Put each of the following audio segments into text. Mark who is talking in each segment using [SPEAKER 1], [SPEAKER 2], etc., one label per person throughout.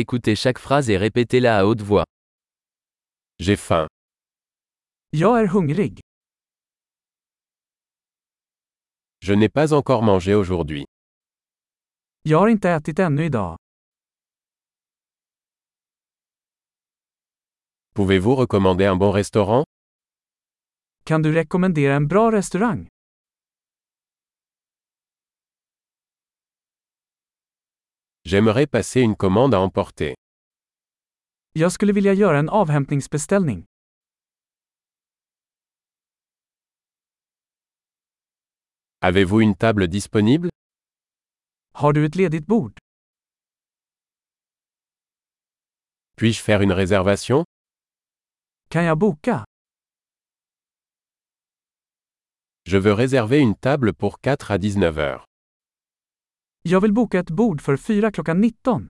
[SPEAKER 1] Écoutez chaque phrase et répétez-la à haute voix.
[SPEAKER 2] J'ai faim.
[SPEAKER 3] Jag är hungrig.
[SPEAKER 2] Je n'ai pas encore mangé aujourd'hui.
[SPEAKER 3] Jag har inte ätit ännu idag.
[SPEAKER 2] Pouvez-vous recommander un bon restaurant
[SPEAKER 3] Kan du rekommendera en bra restaurang?
[SPEAKER 2] J'aimerais passer une commande à emporter.
[SPEAKER 3] Jag skulle vilja göra en avhämtningsbeställning.
[SPEAKER 2] Avez-vous une table disponible
[SPEAKER 3] Har du ett ledigt bord?
[SPEAKER 2] Puis-je faire une réservation
[SPEAKER 3] Kan jag boka?
[SPEAKER 2] Je veux réserver une table pour 4 à 19 heures.
[SPEAKER 3] Jag vill boka ett bord för 4 klockan 19.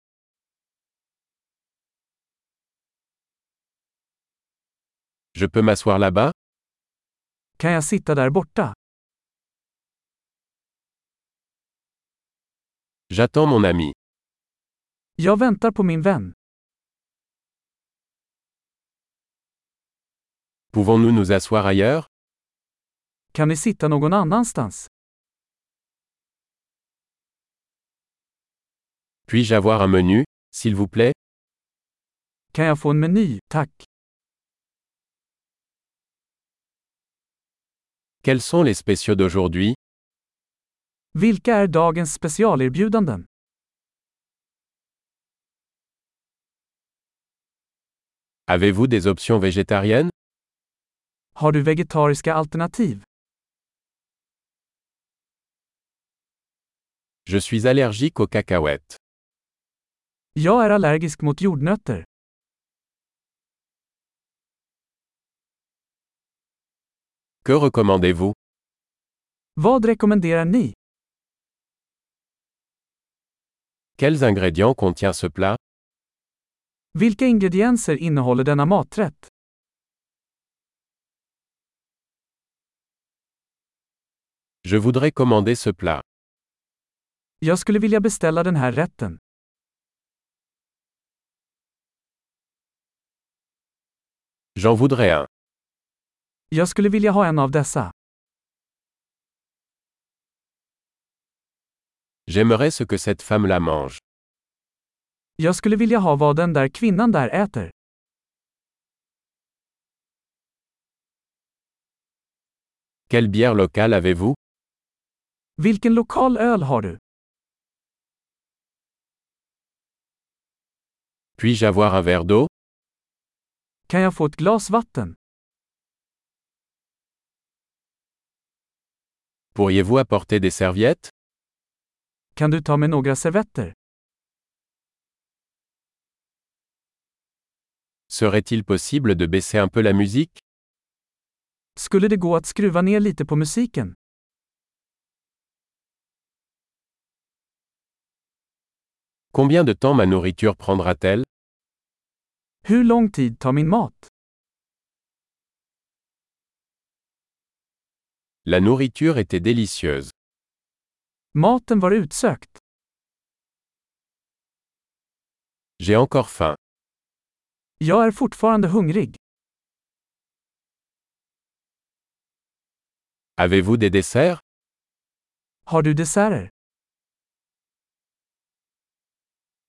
[SPEAKER 2] Je peux m'asseoir là-bas
[SPEAKER 3] Kan jag sitta där borta?
[SPEAKER 2] J'attends mon ami.
[SPEAKER 3] Jag väntar på min vän.
[SPEAKER 2] Pouvons-nous nous asseoir ailleurs
[SPEAKER 3] Kan vi sitta någon annanstans?
[SPEAKER 2] Puis-je avoir un menu, s'il vous plaît
[SPEAKER 3] Kan jag få en meny, tack?
[SPEAKER 2] Quels sont les spéciaux d'aujourd'hui
[SPEAKER 3] Vilka är dagens specialerbjudanden?
[SPEAKER 2] Avez-vous des options végétariennes
[SPEAKER 3] Har du vegetariska alternativ?
[SPEAKER 2] Je suis allergique aux cacahuètes.
[SPEAKER 3] Jag är allergisk mot jordnötter.
[SPEAKER 2] Que recommandez-vous
[SPEAKER 3] Vad rekommenderar ni?
[SPEAKER 2] Quels ingrédients contient ce plat
[SPEAKER 3] Vilka ingredienser innehåller denna maträtt?
[SPEAKER 2] Je voudrais commander ce plat.
[SPEAKER 3] Jag skulle vilja beställa den här rätten.
[SPEAKER 2] J'en voudrais un.
[SPEAKER 3] Jag skulle vilja ha en av dessa.
[SPEAKER 2] J'aimerais ce que cette femme la mange.
[SPEAKER 3] Jag skulle vilja ha vad den där kvinnan där äter.
[SPEAKER 2] Quelle bière locale avez-vous
[SPEAKER 3] Vilken lokal öl har du?
[SPEAKER 2] Puis-je avoir un verre d'eau
[SPEAKER 3] Kan jag få ett glas vatten?
[SPEAKER 2] Pourriez-vous apporter des serviettes
[SPEAKER 3] Kan du ta med några servetter?
[SPEAKER 2] Serait-il possible de baisser un peu la musique
[SPEAKER 3] Skulle det gå att skruva ner lite på musiken?
[SPEAKER 2] Combien de temps ma nourriture prendra-t-elle
[SPEAKER 3] Hur lång tid tar min mat?
[SPEAKER 2] La nourriture était délicieuse.
[SPEAKER 3] Maten var utsökt.
[SPEAKER 2] J'ai encore faim.
[SPEAKER 3] Jag är fortfarande hungrig.
[SPEAKER 2] Avez-vous des desserts
[SPEAKER 3] Har du desserter?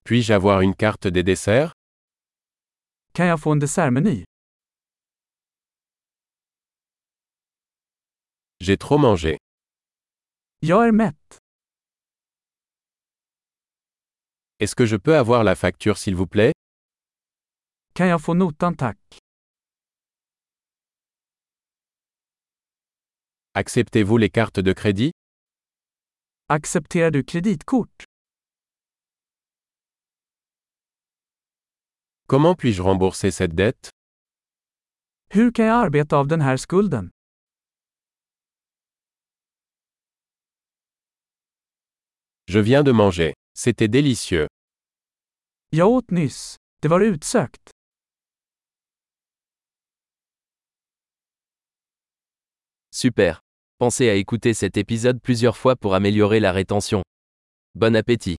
[SPEAKER 2] Puis-je avoir une carte des desserts
[SPEAKER 3] Kan jag få en dessertmeny?
[SPEAKER 2] J'ai trop mangé.
[SPEAKER 3] Jag är mätt.
[SPEAKER 2] Est-ce que je peux avoir la facture s'il vous plaît
[SPEAKER 3] Kan jag få notan tack?
[SPEAKER 2] Acceptez-vous les cartes de crédit
[SPEAKER 3] Accepterar du kreditkort?
[SPEAKER 2] Comment puis-je rembourser cette dette
[SPEAKER 3] Hur kan jag arbeta av den här skulden?
[SPEAKER 2] Je viens de manger. C'était délicieux.
[SPEAKER 3] Jag åt nyss. Det var utsökt.
[SPEAKER 1] Super. Pensez à écouter cet épisode plusieurs fois pour améliorer la rétention. Bon appétit.